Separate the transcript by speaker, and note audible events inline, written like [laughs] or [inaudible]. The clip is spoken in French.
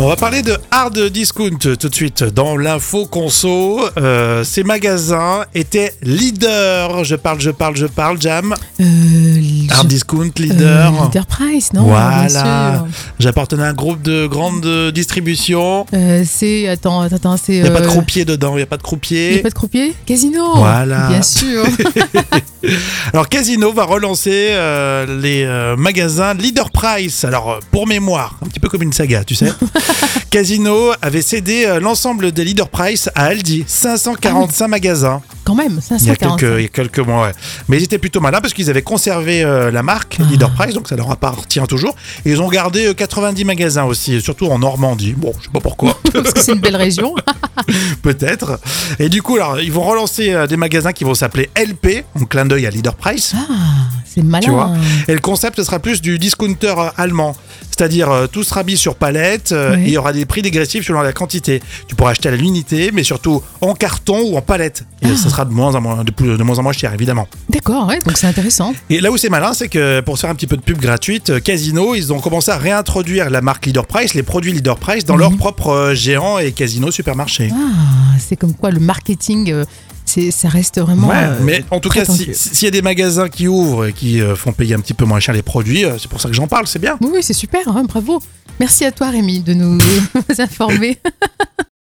Speaker 1: On va parler de hard discount tout de suite dans l'info conso. Euh, ces magasins étaient leaders. Je parle, je parle, je parle, Jam.
Speaker 2: Euh, le-
Speaker 1: Hard discount,
Speaker 2: euh,
Speaker 1: leader.
Speaker 2: leader Price, non
Speaker 1: voilà.
Speaker 2: bien sûr.
Speaker 1: J'appartenais à un groupe de grande euh, distribution.
Speaker 2: Euh, c'est. Attends, attends, attends, c'est.
Speaker 1: Il n'y a pas de
Speaker 2: euh,
Speaker 1: croupier dedans, il n'y a pas de
Speaker 2: Il n'y a
Speaker 1: croupier.
Speaker 2: pas de croupier Casino
Speaker 1: Voilà. [laughs]
Speaker 2: Bien sûr
Speaker 1: Alors Casino va relancer euh, les euh, magasins Leader Price. Alors euh, pour mémoire, un petit peu comme une saga, tu
Speaker 2: [laughs]
Speaker 1: sais. Casino avait cédé euh, l'ensemble des Leader Price à
Speaker 2: Ah
Speaker 1: Aldi, 545 magasins.
Speaker 2: Quand même,
Speaker 1: Il y a
Speaker 2: 540.
Speaker 1: quelques, il y a quelques mois. ouais. Mais ils étaient plutôt malins parce qu'ils avaient conservé euh, la marque
Speaker 2: Ah.
Speaker 1: Leader Price, donc ça leur appartient toujours. Et ils ont gardé euh, 90 magasins aussi, surtout en Normandie. Bon, je sais pas pourquoi.
Speaker 2: [laughs] Parce que c'est une
Speaker 1: [laughs]
Speaker 2: belle région.
Speaker 1: peut-être. Et du coup, alors, ils vont relancer euh, des magasins qui vont s'appeler LP, en clin d'œil à Leader Price.
Speaker 2: Ah, c'est malin.
Speaker 1: Tu vois. Et le concept, ce sera plus du discounter euh, allemand. C'est-à-dire, euh, tout sera mis sur palette euh,
Speaker 2: Oui.
Speaker 1: et il y aura des prix dégressifs selon la quantité. Tu pourras acheter à l'unité, mais surtout en carton ou en palette. Et
Speaker 2: Ah.
Speaker 1: ça sera de moins en moins, de, plus- de moins en moins cher, évidemment.
Speaker 2: D'accord, ouais, donc c'est intéressant.
Speaker 1: Et là où c'est malin, c'est que pour se faire un petit peu de pub gratuite, euh, Casino, ils ont commencé à réintroduire la marque Leader Price, les produits Leader Price, dans
Speaker 2: Mhm.
Speaker 1: leur propre euh, géant et Casino supermarché.
Speaker 2: Ah, c'est comme quoi le marketing, euh, c'est, ça reste vraiment.
Speaker 1: Ouais,
Speaker 2: euh,
Speaker 1: mais en tout cas, si-
Speaker 2: prétentieux.
Speaker 1: si- s'il y a des magasins qui ouvrent et qui euh, font payer un petit peu moins cher les produits, euh, c'est pour ça que j'en parle, c'est bien. [laughs]
Speaker 2: Oui, oui, c'est super, hein, bravo. Merci à toi Rémi de nous informer.